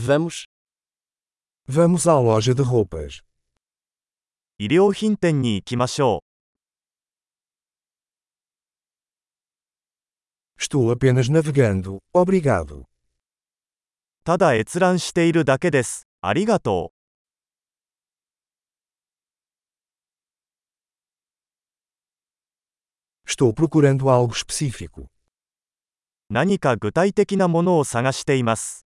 Vamos. Vamos à loja de roupas. 衣料品店に行きましょ Estou apenas navegando, obrigado. う。ただ閲覧しているだけです。ありがと Estou procurando algo específico. う。何か具体的なものを探しています。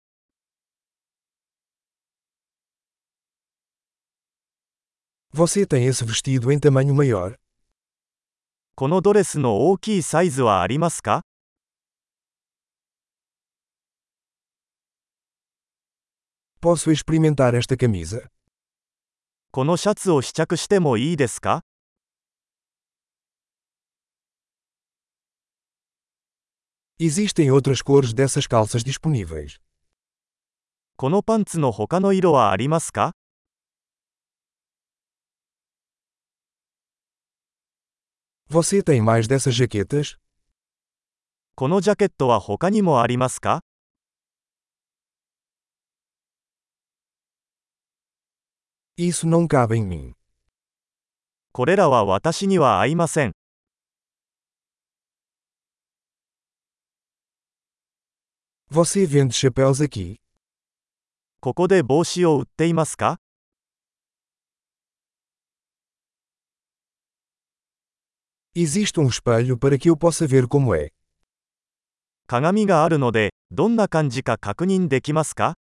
Você tem esse vestido em tamanho maior? このドレスの大きいサイズはありますか Posso experimentar esta camisa? このシャツを試着してもいいですか Existem outras cores dessas calças disponíveis. このパンツの他の色はありますか Você tem mais dessas jaquetas? このジャケットは他にもありますか Isso não cabe em mim. これらは私には合いません。 Você vende chapéus aqui? ここで帽子を売っていますか Existe um espelho para que eu possa ver como é. 鏡があるので、どんな感じか確認できますか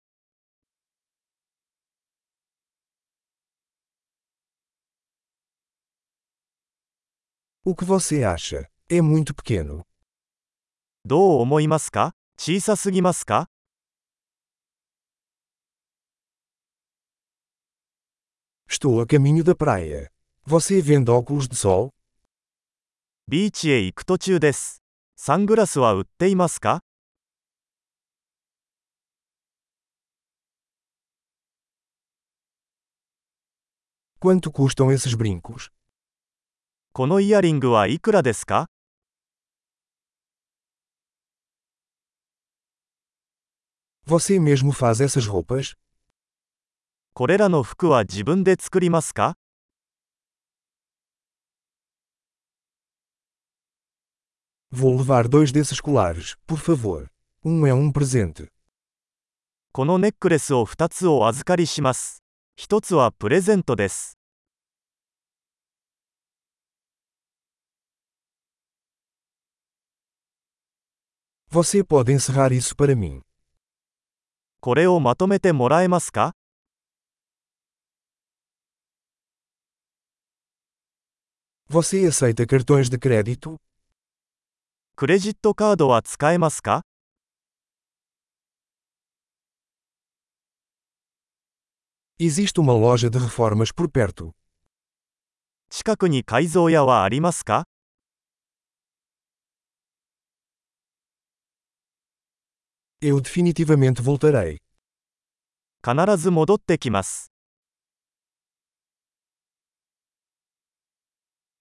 O que você acha? É muito pequeno. どう思いますか小さすぎますか Estou a caminho da praia. Você vende óculos de sol? ビーチへ行く途中です。サングラスは売っていますか Quanto custam esses brincos? このイヤリングはいくらですか Você mesmo faz essas roupas? これらの服は自分で作りますか Vou levar dois desses colares, por favor. Um é um presente. このネックレスを2つお預かりします。1つはプレゼントです。 Você pode encerrar isso para mim. これをまとめてもらえますか Você aceita cartões de crédito? クレジットカードは使えますか Existe uma loja de reformas por perto. 近くに改造屋はありますか Eu definitivamente voltarei. 必ず戻ってきます。